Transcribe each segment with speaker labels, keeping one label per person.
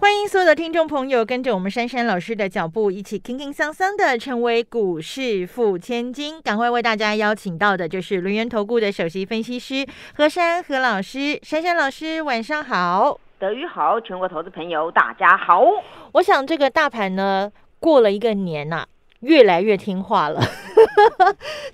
Speaker 1: 欢迎所有的听众朋友，跟着我们珊珊老师的脚步，一起轻轻桑桑的成为股市富千金。赶快为大家邀请到的就是轮源投顾的首席分析师何珊何老师，珊珊老师晚上好。
Speaker 2: 德语好，全国投资朋友大家好。
Speaker 1: 我想这个大盘呢，过了一个年呐、越来越听话 了。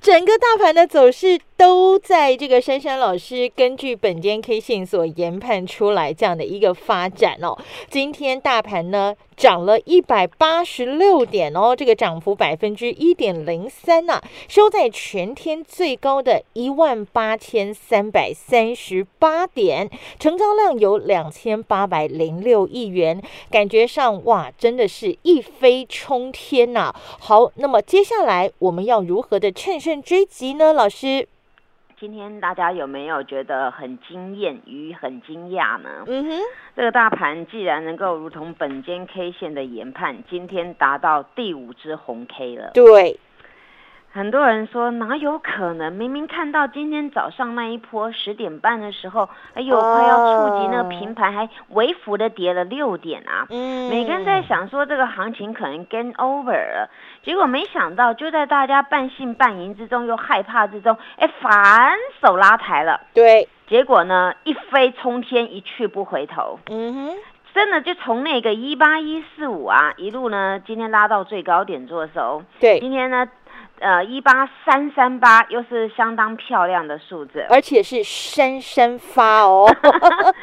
Speaker 1: 整个大盘的走势都在这个珊珊老师根据本间 K 线所研判出来这样的一个发展哦。今天大盘呢涨了一百八十六点哦，这个涨幅百分之一点零三呐，收在全天最高的一万八千三百三十八点，成交量有两千八百零六亿元，感觉上哇，真的是一飞冲天呐、好，那么接下来我们要如何的乘胜追击呢？老师，
Speaker 2: 今天大家有没有觉得很惊艳与很惊讶呢？
Speaker 1: 嗯哼，
Speaker 2: 这个大盘既然能够如同本间 K 线的研判，今天达到第五只红 K 了。
Speaker 1: 对，
Speaker 2: 很多人说哪有可能？明明看到今天早上那一波十点半的时候，哎呦，
Speaker 1: 哦
Speaker 2: 快要触及那个平盘，还微幅的跌了六点啊！
Speaker 1: 嗯，
Speaker 2: 每个人在想说这个行情可能 game over 了，结果没想到就在大家半信半疑之中，又害怕之中，哎，反手拉抬了。
Speaker 1: 对，
Speaker 2: 结果呢，一飞冲天，一去不回头，
Speaker 1: 嗯哼，
Speaker 2: 真的就从那个一八一四五啊，一路呢，今天拉到最高点做收。
Speaker 1: 对，
Speaker 2: 今天呢，呃，一八三三八又是相当漂亮的数 字，
Speaker 1: 而且是闪闪发 哦，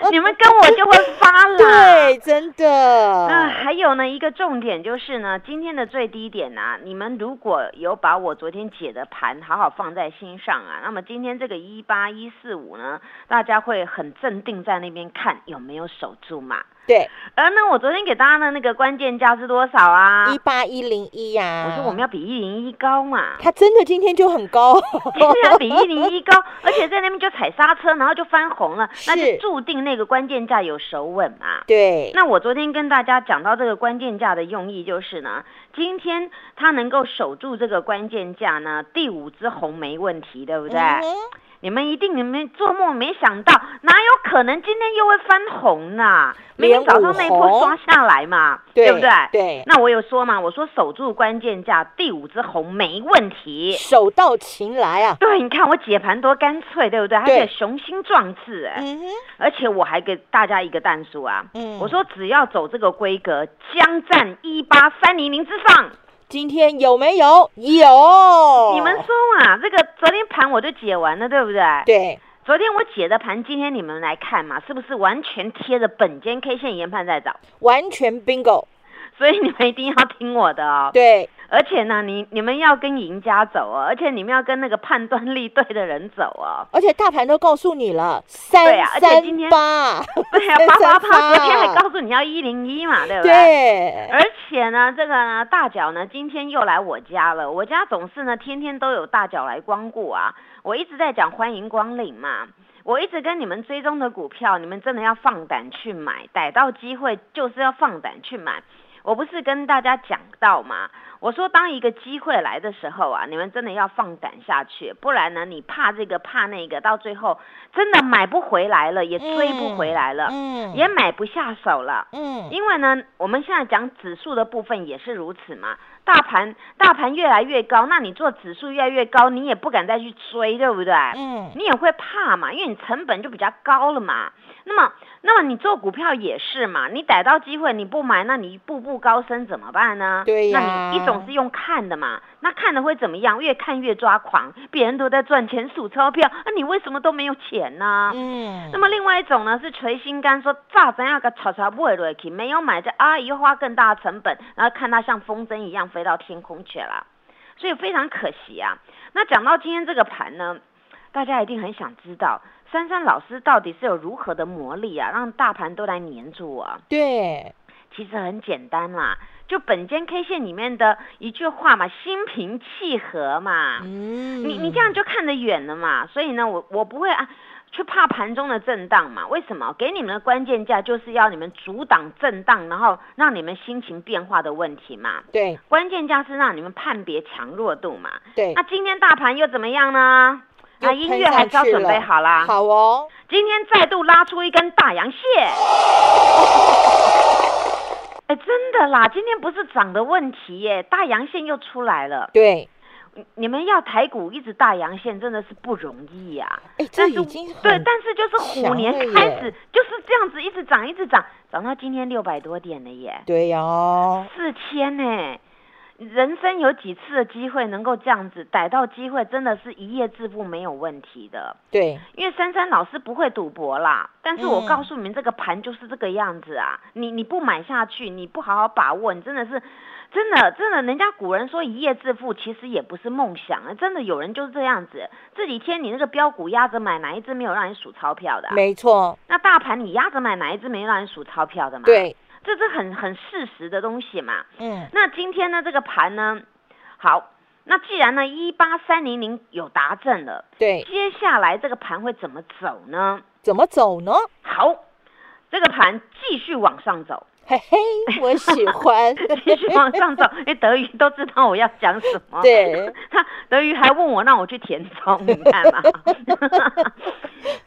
Speaker 2: 你们跟我就会发了。
Speaker 1: 对，真的，
Speaker 2: 那还有呢，一个重点就是呢，今天的最低点啊，你们如果有把我昨天解的盘好好放在心上啊，那么今天这个一八一四五呢，大家会很镇定在那边看有没有守住嘛。
Speaker 1: 对，
Speaker 2: 而呢，我昨天给大家的那个关键价是多少啊？
Speaker 1: 一八一零一呀，
Speaker 2: 我说我们要比一零一高嘛，
Speaker 1: 它真的今天就很 高，
Speaker 2: 今天要比一零一高，而且在那边就踩刹车，然后就翻红了，那
Speaker 1: 是
Speaker 2: 就注定那个关键价有手稳嘛。
Speaker 1: 对，
Speaker 2: 那我昨天跟大家讲到这个关键价的用意，就是呢，今天它能够守住这个关键价呢，第五只红没问题，对不对？
Speaker 1: 嗯哼
Speaker 2: 你们一定你们做梦没想到，哪有可能今天又会翻红呢？明
Speaker 1: 连
Speaker 2: 明早上那一波
Speaker 1: 五红
Speaker 2: 刷下来嘛，
Speaker 1: 对
Speaker 2: 不对？
Speaker 1: 对
Speaker 2: 那我有说嘛，我说守住关键价，第五只红没问题。
Speaker 1: 手到擒来啊，
Speaker 2: 对，你看我解盘多干脆，对不对？还
Speaker 1: 对
Speaker 2: 可以雄心壮志哎、
Speaker 1: 嗯哼，
Speaker 2: 而且我还给大家一个弹数啊，
Speaker 1: 嗯
Speaker 2: 我说只要走这个规格，将站一八三零零之上。
Speaker 1: 今天有没有？有，
Speaker 2: 你们说嘛，这个昨天盘我就解完了，对不对？
Speaker 1: 对，
Speaker 2: 昨天我解的盘，今天你们来看嘛，是不是完全贴着本间 K 线研判在找？
Speaker 1: 完全 bingo，
Speaker 2: 所以你们一定要听我的哦。
Speaker 1: 对，
Speaker 2: 而且呢，你你们要跟赢家走哦，而且你们要跟那个判断力对的人走哦。
Speaker 1: 而且大盘都告诉你了，
Speaker 2: 对
Speaker 1: 三
Speaker 2: 啊而且今
Speaker 1: 三
Speaker 2: 天
Speaker 1: 八，
Speaker 2: 对呀、啊，八八
Speaker 1: 三
Speaker 2: 八，昨天还告诉你要一零一嘛，对不
Speaker 1: 对，
Speaker 2: 而且呢，这个呢，大脚呢，今天又来我家了。我家总是呢，天天都有大脚来光顾啊。我一直在讲欢迎光临嘛，我一直跟你们追踪的股票，你们真的要放胆去买，逮到机会就是要放胆去买。我不是跟大家讲到吗？我说，当一个机会来的时候啊，你们真的要放胆下去，不然呢，你怕这个怕那个，到最后真的买不回来了，也追不回来了，
Speaker 1: 嗯，
Speaker 2: 也买不下手了。
Speaker 1: 嗯，
Speaker 2: 因为呢，我们现在讲指数的部分也是如此嘛。大盘大盘越来越高，那你做指数越来越高，你也不敢再去追，对不对？
Speaker 1: 嗯，
Speaker 2: 你也会怕嘛，因为你成本就比较高了嘛。那么，那么你做股票也是嘛，你逮到机会你不买，那你步步高升怎么办呢？
Speaker 1: 对呀
Speaker 2: 那你一种是用看的嘛，那看的会怎么样？越看越抓狂，别人都在赚钱数钞票，那、你为什么都没有钱呢？
Speaker 1: 嗯，
Speaker 2: 那么另外一种呢是垂心肝，说炸怎样个草草不回落去，没有买这啊，又花更大的成本，然后看它像风筝一样飞到天空去了，所以非常可惜啊。那讲到今天这个盘呢，大家一定很想知道珊珊老师到底是有如何的魔力啊，让大盘都来黏住我、
Speaker 1: 对，
Speaker 2: 其实很简单啦，就本间 K 线里面的一句话嘛，心平气和嘛。
Speaker 1: 嗯，
Speaker 2: 你你这样就看得远了嘛，所以呢，我我不会啊，去怕盘中的震荡嘛？为什么？给你们的关键价就是要你们阻挡震荡，然后让你们心情变化的问题嘛。
Speaker 1: 对
Speaker 2: 关键价是让你们判别强弱度嘛。
Speaker 1: 对
Speaker 2: 那，今天大盘又怎么样呢？
Speaker 1: 又
Speaker 2: 啊，
Speaker 1: 喷
Speaker 2: 音乐还是
Speaker 1: 上
Speaker 2: 要
Speaker 1: 去
Speaker 2: 准备
Speaker 1: 了
Speaker 2: 好啦。
Speaker 1: 好哦，
Speaker 2: 今天再度拉出一根大阳 线。哎，真的啦，今天不是涨的问题耶，大阳线又出来了。
Speaker 1: 对，
Speaker 2: 你你们要台股一直大阳线，真的是不容易呀、
Speaker 1: 哎，这
Speaker 2: 但是
Speaker 1: 已经很
Speaker 2: 对，但是就是虎
Speaker 1: 强
Speaker 2: 年
Speaker 1: 了
Speaker 2: 开
Speaker 1: 耶
Speaker 2: 始就是这样子一直涨，一直涨，涨到今天六百多点了耶，
Speaker 1: 对哦，
Speaker 2: 四千呢。人生有几次的机会能够这样子逮到机会，真的是一夜致富没有问题的。
Speaker 1: 对，
Speaker 2: 因为珊珊老师不会赌博啦，但是我
Speaker 1: 嗯
Speaker 2: 告诉你们，这个盘就是这个样子啊！你你不买下去，你不好好把握，你真的是，真的真的，人家古人说一夜致富，其实也不是梦想啊！真的有人就是这样子，这几天你那个标股压着买，哪一只没有让你数钞票的啊、
Speaker 1: 没错，
Speaker 2: 那大盘你压着买，哪一只没让你数钞票的嘛？，
Speaker 1: 对，
Speaker 2: 这是很很事实的东西嘛。
Speaker 1: 嗯，
Speaker 2: 那今天呢，这个盘呢，好，那既然呢一八三零零有达阵了。
Speaker 1: 对，
Speaker 2: 接下来这个盘会怎么走呢？
Speaker 1: 怎么走呢？
Speaker 2: 好，这个盘继续往上 走，
Speaker 1: 嘿嘿，我喜 欢，
Speaker 2: 继续往上走。哎，德瑜都知道我要讲什么。
Speaker 1: 对，
Speaker 2: 他德瑜还问我让我去填充，你看嘛。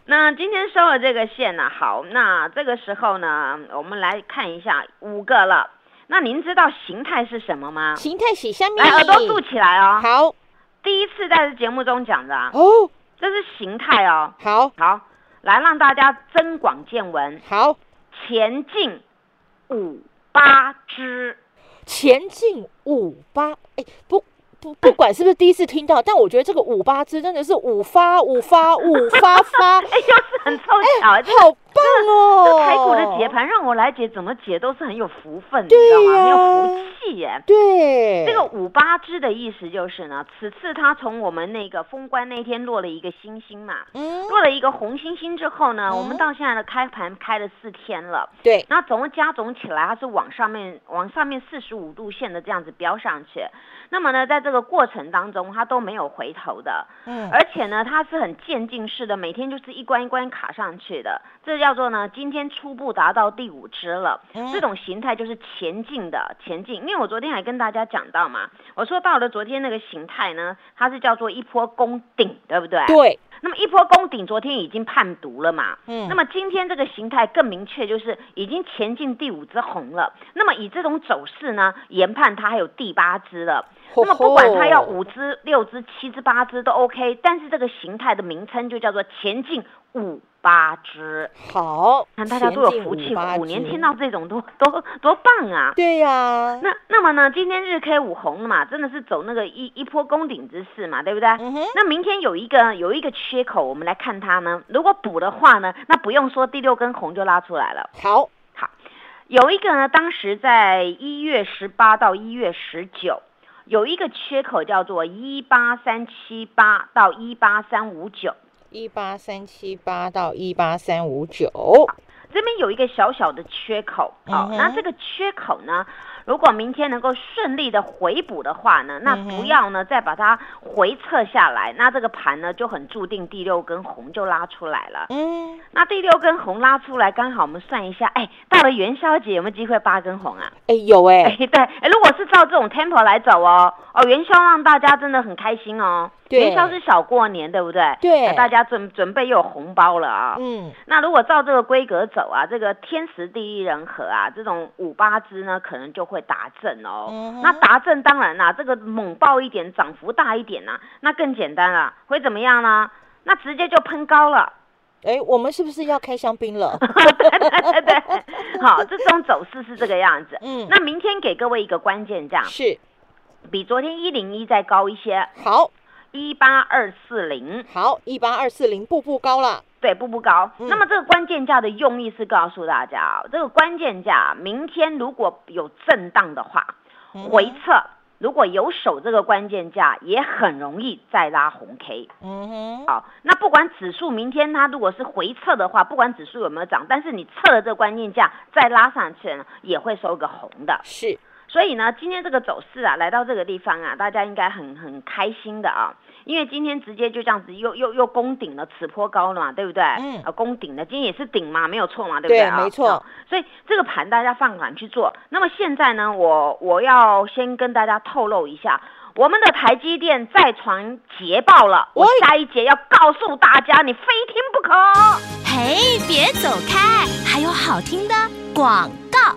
Speaker 2: 那今天收了这个线呢、好，那这个时候呢，我们来看一下五个了。那您知道形态是什么吗？
Speaker 1: 形态喜下面，
Speaker 2: 来，耳朵竖起来哦。
Speaker 1: 好
Speaker 2: 第一次在节目中讲的啊，
Speaker 1: 哦，
Speaker 2: 这是形态哦。
Speaker 1: 好
Speaker 2: 好，来让大家增广见闻。
Speaker 1: 好，
Speaker 2: 前进五八支，
Speaker 1: 前进五八，哎，不不，不管是不是第一次听到，但我觉得这个五八之真的是五发五发五发 发，
Speaker 2: 哎，又是很凑巧，这
Speaker 1: 好棒哎哦！
Speaker 2: 台股的 解，盘让我来解，怎么解都是很有福分，你知
Speaker 1: 对
Speaker 2: 道吗？很有
Speaker 1: 呀
Speaker 2: 福气耶。
Speaker 1: 对，
Speaker 2: 这个五八支的意思就是呢，此次它从我们那个封关那天落了一个星星嘛，
Speaker 1: 嗯，
Speaker 2: 落了一个红星星之后呢，
Speaker 1: 嗯
Speaker 2: 我们到现在的开盘开了四天了，
Speaker 1: 对，
Speaker 2: 那总共加总起来，它是往上面往上面四十五度线的这样子飙上去。那么呢，在这个过程当中，它都没有回头的，
Speaker 1: 嗯，
Speaker 2: 而且呢，它是很渐进式的，每天就是一关一关卡上去的。这叫做呢，今天初步达到第五只了。
Speaker 1: 嗯
Speaker 2: 这种形态就是前进的前进，因为我昨天还跟大家讲到嘛，我说到了昨天那个形态呢，它是叫做一波攻顶，对不对？
Speaker 1: 对，
Speaker 2: 那么一波攻顶，昨天已经判读了嘛？
Speaker 1: 嗯
Speaker 2: 那么今天这个形态更明确，就是已经前进第五只红了。那么以这种走势呢，研判它还有第八只了。
Speaker 1: 吼
Speaker 2: 那么不管它要
Speaker 1: 吼
Speaker 2: 五只、六只、七只、八只都 OK，但是这个形态的名称就叫做前进五八只。
Speaker 1: 好，
Speaker 2: 看大家多
Speaker 1: 前进
Speaker 2: 有福气，哦
Speaker 1: 58
Speaker 2: 五年
Speaker 1: 之
Speaker 2: 听到这种多多多棒啊！
Speaker 1: 对呀，
Speaker 2: 那那么呢，今天日 K 五红了嘛，真的是走那个一一波攻顶之势嘛，对不对？
Speaker 1: 嗯哼
Speaker 2: 那明天有一个有一个缺口，我们来看它呢。如果补的话呢，那不用说第六根红就拉出来了。
Speaker 1: 好，
Speaker 2: 有一个呢，当时在一月十八到一月十九，有一个缺口叫做一八三七八到一八三五九，
Speaker 1: 一八三七八到一八三五九，
Speaker 2: 这边有一个小小的缺口。
Speaker 1: 嗯，
Speaker 2: 哦
Speaker 1: 哼
Speaker 2: 那这个缺口呢，如果明天能够顺利的回补的话呢，那
Speaker 1: 嗯哼
Speaker 2: 不要呢再把它回撤下来，那这个盘呢就很注定第六根红就拉出来了。
Speaker 1: 嗯，
Speaker 2: 那第六根红拉出来，刚好我们算一下，哎，到了元宵节有没有机会八根红啊？
Speaker 1: 哎有
Speaker 2: 哎，
Speaker 1: 哎，
Speaker 2: 对，哎如果是照这种 tempo 来走哦，哦，元宵让大家真的很开心哦。
Speaker 1: 对
Speaker 2: 元宵是小过年，对不对？
Speaker 1: 对
Speaker 2: 哎大家准准备又有红包了啊、
Speaker 1: 嗯，
Speaker 2: 那如果照这个规格走啊，这个天时地利人和啊，这种五八支呢，可能就会达阵哦。
Speaker 1: 嗯哼
Speaker 2: 那达阵当然啦、这个猛爆一点，涨幅大一点呐、那更简单了、会怎么样呢？那直接就喷高了。
Speaker 1: 哎，我们是不是要开香槟 了？
Speaker 2: 对对对，好，这种走势是这个样子。
Speaker 1: 嗯
Speaker 2: 那明天给各位一个关键价，
Speaker 1: 是，
Speaker 2: 比昨天一零一再高一些，
Speaker 1: 好，
Speaker 2: 一八二四零，
Speaker 1: 好，一八二四零步步高了，
Speaker 2: 对，步步高。
Speaker 1: 嗯
Speaker 2: 那么这个关键价的用意是告诉大家啊，这个关键价明天如果有震荡的话，
Speaker 1: 嗯
Speaker 2: 回撤。如果有守这个关键价，也很容易再拉红 K。
Speaker 1: 嗯哼，
Speaker 2: 好，那不管指数明天它如果是回撤的话，不管指数有没有涨，但是你测了这个关键价再拉上去呢，也会收个红的。
Speaker 1: 是，
Speaker 2: 所以呢，今天这个走势啊，来到这个地方啊，大家应该很很开心的啊，因为今天直接就这样子又又又攻顶了，此坡高了嘛，对不对？
Speaker 1: 嗯
Speaker 2: 啊，攻顶了，今天也是顶嘛，没有错嘛，对不
Speaker 1: 对
Speaker 2: 啊？
Speaker 1: 没错
Speaker 2: 啊所以这个盘大家放款去做。那么现在呢，我我要先跟大家透露一下。我们的台积电再传捷报了，我
Speaker 1: 喂
Speaker 2: 下一节要告诉大家，你非听不可。
Speaker 3: 嘿，别走开，还有好听的广告。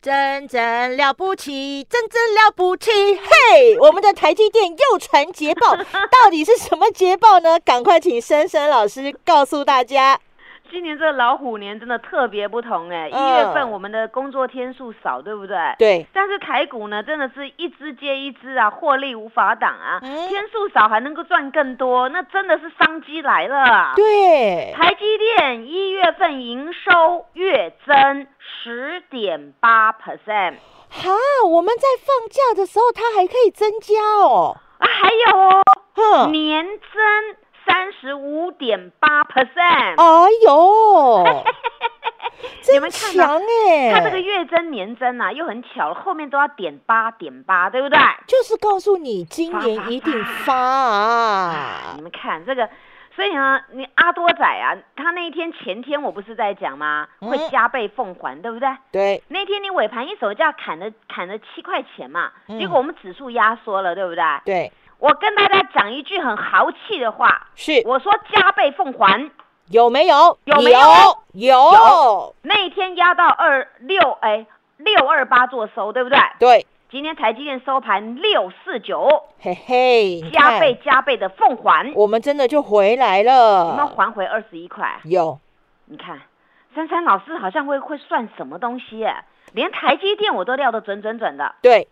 Speaker 1: 真真了不起，真真了不起！嘿，我们的台积电又传捷报， 到底是什么捷报呢？赶快请珊珊老师告诉大家。
Speaker 2: 今年这个老虎年真的特别不同哎、一、
Speaker 1: 嗯
Speaker 2: 月份我们的工作天数少，对不对？
Speaker 1: 对，
Speaker 2: 但是台股呢，真的是一只接一只啊，获利无法挡啊，
Speaker 1: 嗯
Speaker 2: 天数少还能够赚更多，那真的是商机来了啊。
Speaker 1: 对，
Speaker 2: 台积电一月份营收月增十点八 percent
Speaker 1: 哈，我们在放假的时候，它还可以增加哦。
Speaker 2: 啊，还有哦，
Speaker 1: 哼，
Speaker 2: 年增三十五点八 percent。
Speaker 1: 哎 呦，
Speaker 2: 你
Speaker 1: 真
Speaker 2: 们看到
Speaker 1: 强哎、
Speaker 2: 它这个月增年增啊，又很巧，后面都要点八点八，对不对？
Speaker 1: 就是告诉你，今年一定发
Speaker 2: 啊
Speaker 1: 啊
Speaker 2: 你！们看这个，所以呢，你阿多仔啊，他那一天前天我不是在讲吗？
Speaker 1: 嗯
Speaker 2: 会加倍奉还，对不对？
Speaker 1: 对，
Speaker 2: 那天你尾盘一手价砍了砍了七块钱嘛，
Speaker 1: 嗯
Speaker 2: 结果我们指数压缩了，对不对？
Speaker 1: 对，
Speaker 2: 我跟大家讲一句很豪气的话，
Speaker 1: 是
Speaker 2: 我说加倍奉还，
Speaker 1: 有没有？
Speaker 2: 有没有
Speaker 1: 有
Speaker 2: 有那一天压到二六哎六二八做收，对不对？
Speaker 1: 对，
Speaker 2: 今天台积电收盘六四九，
Speaker 1: 嘿嘿，你
Speaker 2: 加
Speaker 1: 看
Speaker 2: 倍，加倍的奉还，有
Speaker 1: 我们真的就回来
Speaker 2: 没有
Speaker 1: 了。
Speaker 2: 还回二十一块？
Speaker 1: 有，
Speaker 2: 你看，珊珊老师好像会会算什么东西耶，连台积电我都料得准准准的。
Speaker 1: 对，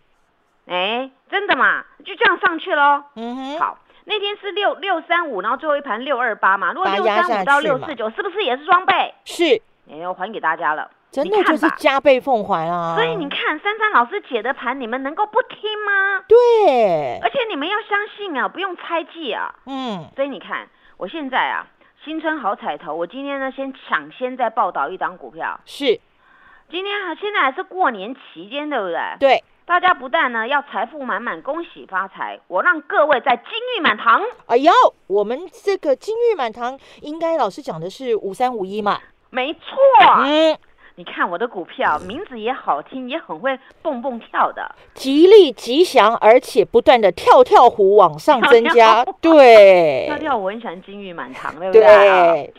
Speaker 2: 哎，真的嘛？就这样上去喽。
Speaker 1: 嗯哼，
Speaker 2: 好，那天是六六三五，然后最后一盘六二八嘛。如果
Speaker 1: 把它
Speaker 2: 六
Speaker 1: 压下
Speaker 2: 三
Speaker 1: 去
Speaker 2: 五到六
Speaker 1: 嘛
Speaker 2: 四九，是不是也是双倍？
Speaker 1: 是
Speaker 2: 哎，我还给大家了。
Speaker 1: 真
Speaker 2: 你
Speaker 1: 的
Speaker 2: 看
Speaker 1: 就是
Speaker 2: 吧
Speaker 1: 加倍奉还啊！
Speaker 2: 所以你看，珊珊老师解的盘，你们能够不听吗？
Speaker 1: 对，
Speaker 2: 而且你们要相信啊，不用猜忌啊。
Speaker 1: 嗯，
Speaker 2: 所以你看，我现在啊，新春好彩头，我今天呢先抢先再报道一档股票。
Speaker 1: 是
Speaker 2: 今天啊，现在还是过年期间，对不对？
Speaker 1: 对。
Speaker 2: 大家不但呢要财富满满，恭喜发财，我让各位在金玉满堂。
Speaker 1: 哎呦，我们这个金玉满堂，应该老师讲的是五三五一嘛？
Speaker 2: 没错，
Speaker 1: 嗯，
Speaker 2: 你看我的股票名字也好听，也很会蹦蹦跳的。
Speaker 1: 吉利吉祥，而且不断的跳跳虎往上增加
Speaker 2: 跳跳虎，
Speaker 1: 对，
Speaker 2: 跳啊跳，我很喜欢金玉满堂，对不对？
Speaker 1: 对，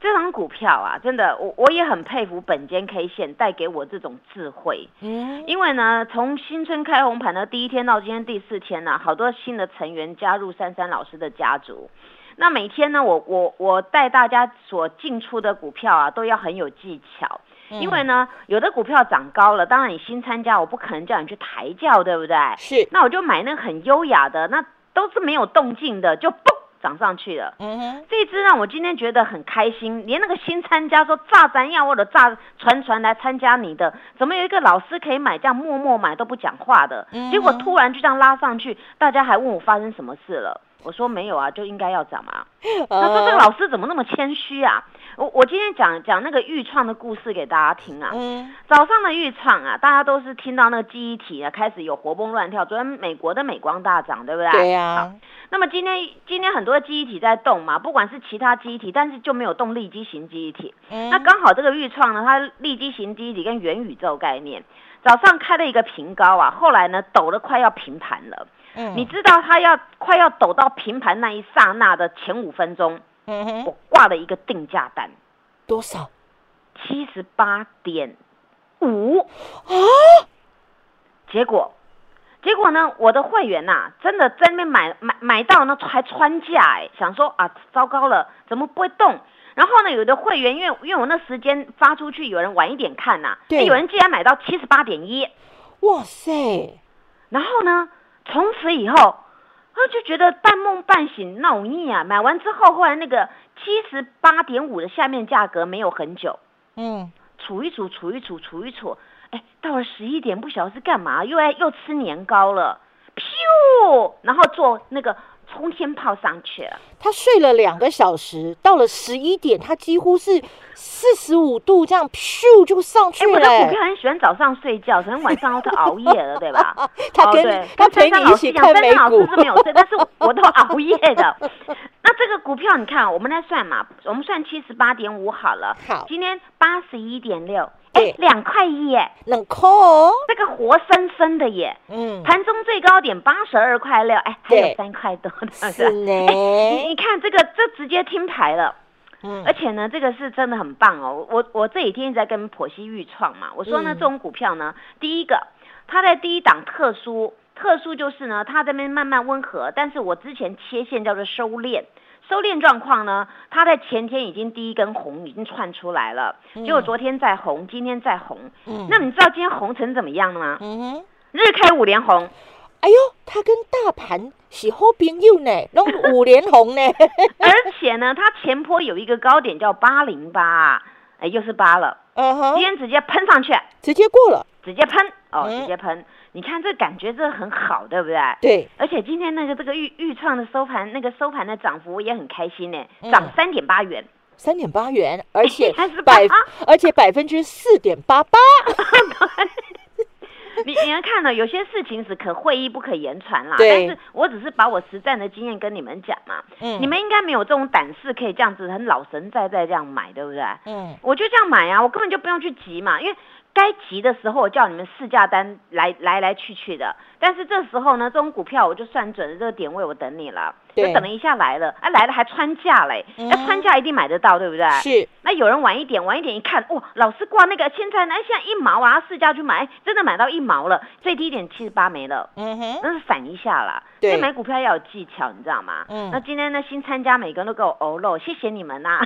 Speaker 2: 这张股票啊，真的，我我也很佩服本间 K 线带给我这种智慧。
Speaker 1: 嗯，
Speaker 2: 因为呢，从新春开红盘的第一天到今天第四天呢、好多新的成员加入珊珊老师的家族。那每天呢，我我我带大家所进出的股票啊，都要很有技巧。
Speaker 1: 嗯
Speaker 2: 因为呢，有的股票涨高了，当然你新参加，我不可能叫你去抬轿，对不对？
Speaker 1: 是，
Speaker 2: 那我就买那个很优雅的，那都是没有动静的，就嘣涨上去了。
Speaker 1: 嗯哼，
Speaker 2: 这一支让我今天觉得很开心，连那个新参加说炸咱要我的炸传传来参加你的，怎么有一个老师可以买这样默默买都不讲话的
Speaker 1: 嗯哼？
Speaker 2: 结果突然就这样拉上去，大家还问我发生什么事了。我说没有啊，就应该要涨啊。他说这个
Speaker 1: 呃
Speaker 2: 老师怎么那么谦虚啊？我我今天讲讲那个豫创的故事给大家听啊。
Speaker 1: 嗯，
Speaker 2: 早上的豫创啊，大家都是听到那个记忆体啊开始有活蹦乱跳。昨天美国的美光大涨，对不对？啊
Speaker 1: 对
Speaker 2: 好
Speaker 1: 呀，
Speaker 2: 那么今天今天很多记忆体在动嘛，不管是其他记忆体，但是就没有动力基型记忆体。
Speaker 1: 嗯
Speaker 2: 那刚好这个预创呢，它立基型记忆体跟元宇宙概念，早上开了一个平高啊，后来呢抖得快要平盘了。
Speaker 1: 嗯
Speaker 2: 你知道它要快要抖到平盘那一刹那的前五分钟，
Speaker 1: 嗯
Speaker 2: 哦
Speaker 1: 哼，
Speaker 2: 我挂了一个定价单，
Speaker 1: 多少？
Speaker 2: 七十八点五啊！结果，结果呢？我的会员呐、真的在那边买买买到呢，还穿价哎，想说啊，糟糕了，怎么不会动？然后呢，有的会员因为因为我那时间发出去，有人晚一点看呐、
Speaker 1: 对
Speaker 2: 哎有人竟然买到七十八点一，
Speaker 1: 哇塞，
Speaker 2: 然后呢，从此以后，啊就觉得半梦半醒，闹腻啊！买完之后，后来那个七十八点五的下面价格没有很久，
Speaker 1: 嗯，
Speaker 2: 数一数，数一数，数一数，哎，到了十一点不晓得是干嘛，又来又吃年糕了，噗，然后做那个冲天炮上去了，哎
Speaker 1: 他睡了两个小时，到了十一点，他几乎是四十五度这样，咻就上去
Speaker 2: 哎，我
Speaker 1: 了、欸
Speaker 2: 的股票很喜欢早上睡觉，可能晚上都是熬夜了，对吧？
Speaker 1: 他
Speaker 2: 哦
Speaker 1: 跟、
Speaker 2: 对
Speaker 1: 他陪
Speaker 2: 跟珊珊
Speaker 1: 你一
Speaker 2: 老
Speaker 1: 起
Speaker 2: 师
Speaker 1: 看
Speaker 2: 珊珊
Speaker 1: 美
Speaker 2: 老
Speaker 1: 股
Speaker 2: 师，是没有睡，但是我都熬夜的。那这个股票你看，我们来算嘛，我们算七十八点五好了。
Speaker 1: 好
Speaker 2: 今天八十一点六，
Speaker 1: 对
Speaker 2: 哎，两块一耶，
Speaker 1: 冷扣哦，
Speaker 2: 这个活生生的耶。
Speaker 1: 嗯，
Speaker 2: 盘中最高点八十二块六，哎，还
Speaker 1: 对
Speaker 2: 有三块多的。
Speaker 1: 是呢，
Speaker 2: 你你看这个，这直接听牌了。
Speaker 1: 嗯
Speaker 2: 而且呢，这个是真的很棒哦。我我这几天一直在跟婆媳预创嘛，我说呢，
Speaker 1: 嗯
Speaker 2: 这种股票呢，第一个它在第一档特殊，特殊就是呢，它这边慢慢温和，但是我之前切线叫做收敛。收敛状况呢？它在前天已经第一根红已经窜出来了，结果昨天在红，今天在红。
Speaker 1: 嗯
Speaker 2: 那你知道今天红成怎么样了吗？
Speaker 1: 嗯哼，
Speaker 2: 日开五连红，
Speaker 1: 哎呦，他跟大盘是好朋友呢，弄五连红呢，
Speaker 2: 而且呢，它前坡有一个高点叫八零八，哎，又是八了，
Speaker 1: 嗯
Speaker 2: 今
Speaker 1: 哼，
Speaker 2: 天直接喷上去。
Speaker 1: 直接过了，
Speaker 2: 直接喷哦，
Speaker 1: 嗯
Speaker 2: 直接喷！你看这感觉这很好，对不对？
Speaker 1: 对，
Speaker 2: 而且今天那个这个预预创的收盘，那个收盘的涨幅我也很开心呢
Speaker 1: 嗯，
Speaker 2: 涨三点八元，
Speaker 1: 三点八 元，而且
Speaker 2: 38
Speaker 1: 百而且百分之四点八八，
Speaker 2: 你你们看了，有些事情只可会议不可言传啦。
Speaker 1: 对
Speaker 2: 但是我只是把我实战的经验跟你们讲嘛，
Speaker 1: 嗯
Speaker 2: 你们应该没有这种胆识，可以这样子很老神在在这样买，对不对？
Speaker 1: 嗯
Speaker 2: 我就这样买啊，我根本就不用去急嘛，因为该急的时候我叫你们试价单来来来去去的，但是这时候呢，这种股票我就算准了这个点位，我等你了，
Speaker 1: 对
Speaker 2: 就等了一下来了，啊来了还穿价嘞，
Speaker 1: 嗯
Speaker 2: 那、穿价一定买得到，对不对？
Speaker 1: 是，
Speaker 2: 那有人晚一点，晚一点一看，哇，老师挂那个现在呢，哎现在一毛啊，市价去买，哎真的买到一毛了，最低点七十八没了。
Speaker 1: 嗯哼，
Speaker 2: 那是闪一下啦。
Speaker 1: 对
Speaker 2: 所以买股票要有技巧，你知道吗？
Speaker 1: 嗯
Speaker 2: 那今天呢，新参加每个人都给我欧露，谢谢你们呐、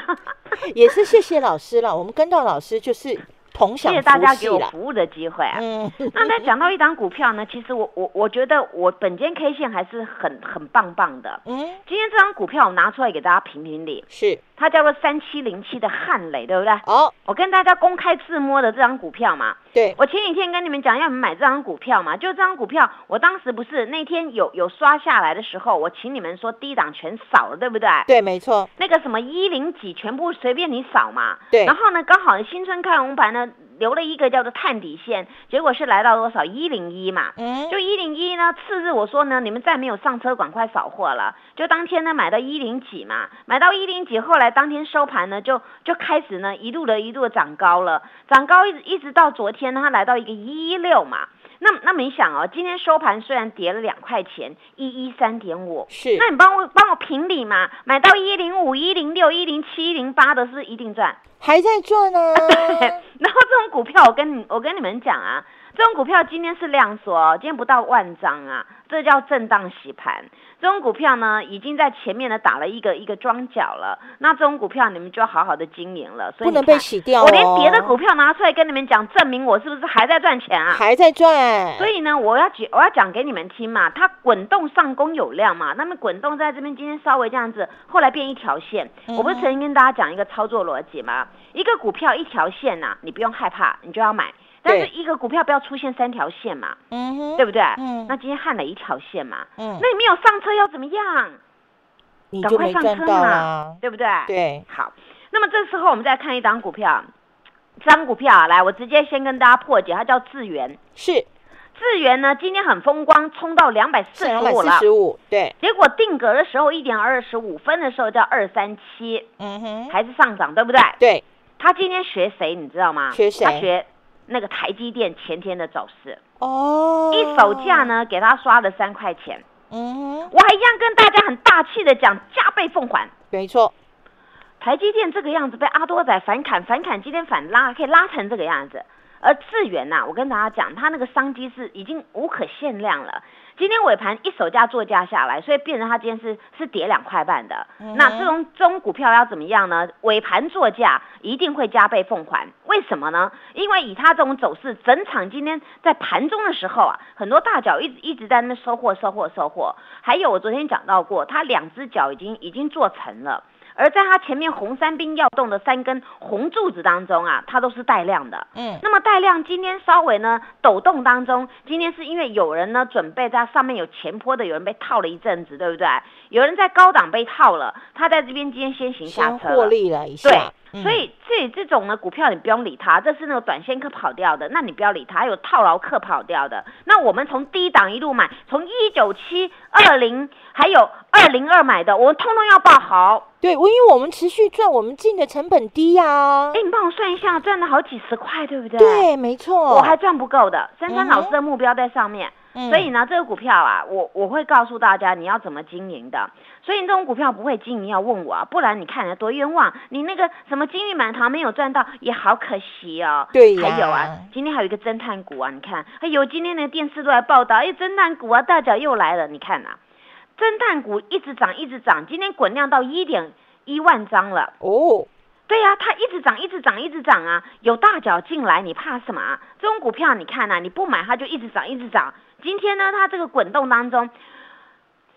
Speaker 1: 也是谢谢老师了，我们跟到老师就是同享
Speaker 2: 谢谢
Speaker 1: 福
Speaker 2: 大家
Speaker 1: 气
Speaker 2: 给我
Speaker 1: 啦，
Speaker 2: 服务的机会啊。
Speaker 1: 嗯，
Speaker 2: 那再讲到一档股票呢，其实我我我觉得我本间 K 线还是很很棒棒的。
Speaker 1: 嗯，
Speaker 2: 今天这张股票我拿出来给大家评评理，
Speaker 1: 是，
Speaker 2: 它叫做三七零七的汉磊，对不对？
Speaker 1: 哦，
Speaker 2: 我跟大家公开自摸的这张股票嘛，
Speaker 1: 对，
Speaker 2: 我前几天跟你们讲要你们买这张股票嘛，就这张股票，我当时不是那天有有刷下来的时候，我请你们说低档全扫了，对不对？
Speaker 1: 对，没错，
Speaker 2: 那个什么一零几全部随便你扫嘛。
Speaker 1: 对
Speaker 2: 然后呢，刚好新春开红盘呢，留了一个叫做探底线，结果是来到多少一零一嘛。
Speaker 1: 嗯，
Speaker 2: 就一零一呢，次日我说呢，你们再没有上车，赶快扫货了。就当天呢买到一零几嘛，买到一零几，后来当天收盘呢，就就开始呢一路的一路的涨高了，涨高一直一直到昨天呢，它来到一个一一六嘛。那那么你想哦，今天收盘虽然跌了两块钱，一一三点五，
Speaker 1: 是，
Speaker 2: 那你帮我帮我评理嘛，买到一零五、一零六、一零七、一零八的，是不是一定赚？
Speaker 1: 还在赚啊，
Speaker 2: 然后这种股票，我跟你我跟你们讲啊，这种股票今天是量缩哦，今天不到万张啊，这叫震荡洗盘。这种股票呢，已经在前面呢打了一个一个庄脚了，那这种股票你们就要好好的经营了， 所
Speaker 1: 不
Speaker 2: 以你
Speaker 1: 能
Speaker 2: 看
Speaker 1: 被洗掉哦，
Speaker 2: 我连别的股票拿出来跟你们讲，证明我是不是还在赚钱啊？
Speaker 1: 还在赚，
Speaker 2: 所以呢，我要举我要讲给你们听嘛，它滚动上攻有量嘛，那么滚动在这边今天稍微这样子，后来变一条线。
Speaker 1: 嗯
Speaker 2: 我不是曾经跟大家讲一个操作逻辑吗？一个股票一条线呐、啊你不用害怕，你就要买。但是
Speaker 1: 对
Speaker 2: 一个股票不要出现三条线嘛，
Speaker 1: 嗯哼，
Speaker 2: 对不对？
Speaker 1: 嗯
Speaker 2: 那今天焊了一条线嘛，
Speaker 1: 嗯，
Speaker 2: 那你没有上车又怎么样？
Speaker 1: 你
Speaker 2: 赶
Speaker 1: 就
Speaker 2: 快
Speaker 1: 没
Speaker 2: 上
Speaker 1: 赚
Speaker 2: 车
Speaker 1: 到
Speaker 2: 嘛
Speaker 1: 啦，，
Speaker 2: 对不对？。
Speaker 1: 对，
Speaker 2: 好，那么这时候我们再看一档股票，这档股票啊，来，我直接先跟大家破解，它叫智源。
Speaker 1: 是，
Speaker 2: 智源呢，今天很风光，冲到两百四十
Speaker 1: 啊两百
Speaker 2: 五
Speaker 1: 四
Speaker 2: 了。
Speaker 1: 十五，对，
Speaker 2: 结果定格的时候一点二十五分的时候叫二三七，
Speaker 1: 嗯哼，
Speaker 2: 还是上涨，对不对？
Speaker 1: 对，
Speaker 2: 他今天学谁，你知道吗？
Speaker 1: 学谁
Speaker 2: 他学那个台积电前天的走势，
Speaker 1: 哦，
Speaker 2: 一手价，呢给他刷了三块钱，
Speaker 1: 嗯哼，
Speaker 2: 我还一样跟大家很大气的讲加倍奉还。
Speaker 1: 没错，
Speaker 2: 台积电这个样子被阿多仔反砍，反砍今天反拉，可以拉成这个样子。而智源呐、我跟大家讲，它那个商机是已经无可限量了。今天尾盘一手价作价下来，所以变成它今天是是跌两块半的。那这种这种股票要怎么样呢？尾盘作价一定会加倍奉还，为什么呢？因为以它这种走势，整场今天在盘中的时候啊，很多大脚一直一直在那边收获收获收获。还有我昨天讲到过，它两只脚已经已经做成了。而在它前面红三兵要动的三根红柱子当中啊，它都是带量的。
Speaker 1: 嗯
Speaker 2: 那么带量今天稍微呢抖动当中，今天是因为有人呢准备在上面有前坡的，有人被套了一阵子，对不对？有人在高档被套了，他在这边今天先行下
Speaker 1: 先
Speaker 2: 车
Speaker 1: 获
Speaker 2: 了。
Speaker 1: 利了一
Speaker 2: 对
Speaker 1: 下，，嗯
Speaker 2: 所以这这种呢股票你不用理它，这是那种短线客跑掉的，那你不要理它，还有套牢客跑掉的。那我们从低档一路买，从一九七、二零还有二零二买的，我们通通要报好。
Speaker 1: 对，我因为我们持续赚，我们进的成本低呀、
Speaker 2: 哎，你帮我算一下，赚了好几十块，对不对？
Speaker 1: 对，没错，
Speaker 2: 我还赚不够的。珊珊
Speaker 1: 嗯
Speaker 2: 老师
Speaker 1: 哼
Speaker 2: 的目标在上面，
Speaker 1: 嗯
Speaker 2: 所以呢，这个股票啊，我我会告诉大家你要怎么经营的。所以你这种股票不会经营要问我啊，不然你看人家多冤枉。你那个什么金玉满堂没有赚到，也好可惜哦。
Speaker 1: 对呀
Speaker 2: 还有啊，今天还有一个侦探股啊，你看，哎呦，今天的电视都来报道，哎，侦探股啊，大脚又来了，你看啊，侦探股一直涨，一直涨，今天滚量到一点一万张了。
Speaker 1: 哦，
Speaker 2: 对呀、它一直涨，一直涨，一直涨啊！有大脚进来，你怕什么啊？这种股票你看呐、啊你不买它就一直涨，一直涨。今天呢，它这个滚动当中，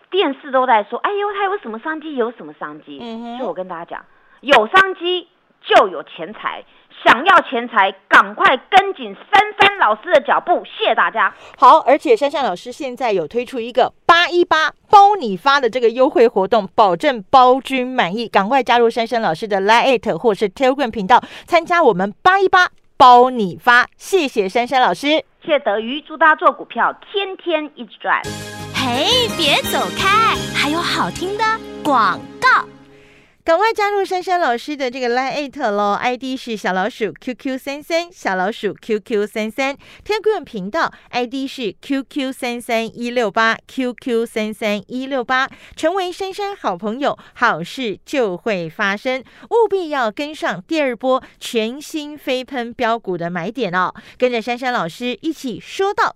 Speaker 2: 电视都在说，哎呦，它有什么商机，有什么商机。
Speaker 1: 嗯哼
Speaker 2: 所以我跟大家讲，有商机就有钱财，想要钱财，赶快跟紧珊珊老师的脚步。谢谢大家。
Speaker 1: 好，而且珊珊老师现在有推出一个八一八包你发的这个优惠活动，保证包君满意，赶快加入珊珊老师的 Line 或是 Telegram 频道，参加我们八一八包你发，谢谢珊珊老师。
Speaker 2: 谢谢德瑜，祝大家做股票天天一直赚。
Speaker 3: 嘿，别走开，还有好听的广告。
Speaker 1: 赶快加入珊珊老师的这个 Line at 喽，ID 是小老鼠 QQ 三三，小老鼠 QQ 三三，Telegram 频道 ID 是 QQ 三三一六八，QQ 三三一六八，成为珊珊好朋友，好事就会发生，务必要跟上第二波全新飞喷标股的买点哦，跟着珊珊老师一起说到。